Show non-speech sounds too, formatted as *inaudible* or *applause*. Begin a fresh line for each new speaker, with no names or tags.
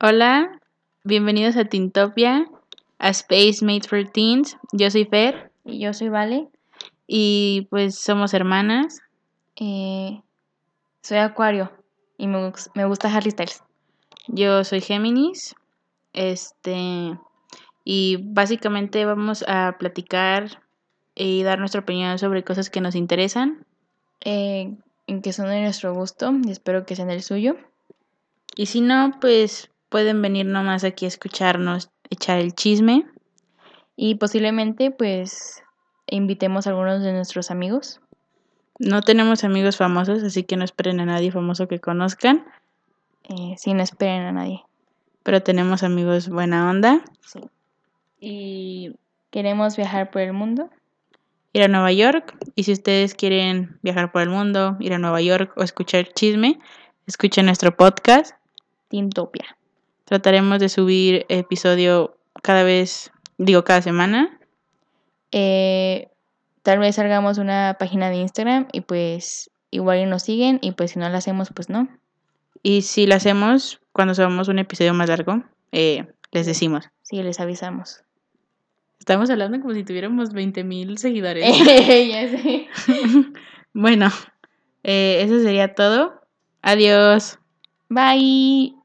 Hola, bienvenidos a Tintopia, a Space Made for Teens. Yo soy Fer
Y yo soy Vale,
y pues somos hermanas.
eh, soy Acuario y me, gus- me gusta Harry Styles.
Yo soy Géminis. Este, y básicamente vamos a platicar y dar nuestra opinión sobre cosas que nos interesan.
eh, en que son de nuestro gusto y espero que sean del suyo.
Y si no, pues pueden venir nomás aquí a escucharnos, echar el chisme.
Y posiblemente pues invitemos a algunos de nuestros amigos.
No tenemos amigos famosos, así que no esperen a nadie famoso que conozcan,
eh, si no esperen a nadie.
pero tenemos amigos buena onda.
Sí.
Y
Queremos viajar por el mundo.
ir a Nueva York. Y si ustedes quieren viajar por el mundo, ir a Nueva York o escuchar chisme, escuchen nuestro podcast.
Tintopia.
Trataremos de subir episodio cada vez, digo cada semana.
Eh, tal vez salgamos una página de Instagram y pues igual y nos siguen y pues si no la hacemos pues no.
Y si lo hacemos cuando subamos un episodio más largo, eh, les decimos.
Sí, les avisamos.
Estamos hablando como si tuviéramos 20 mil *laughs* seguidores.
*laughs* ya sé.
bueno, eh, eso sería todo. Adiós.
Bye.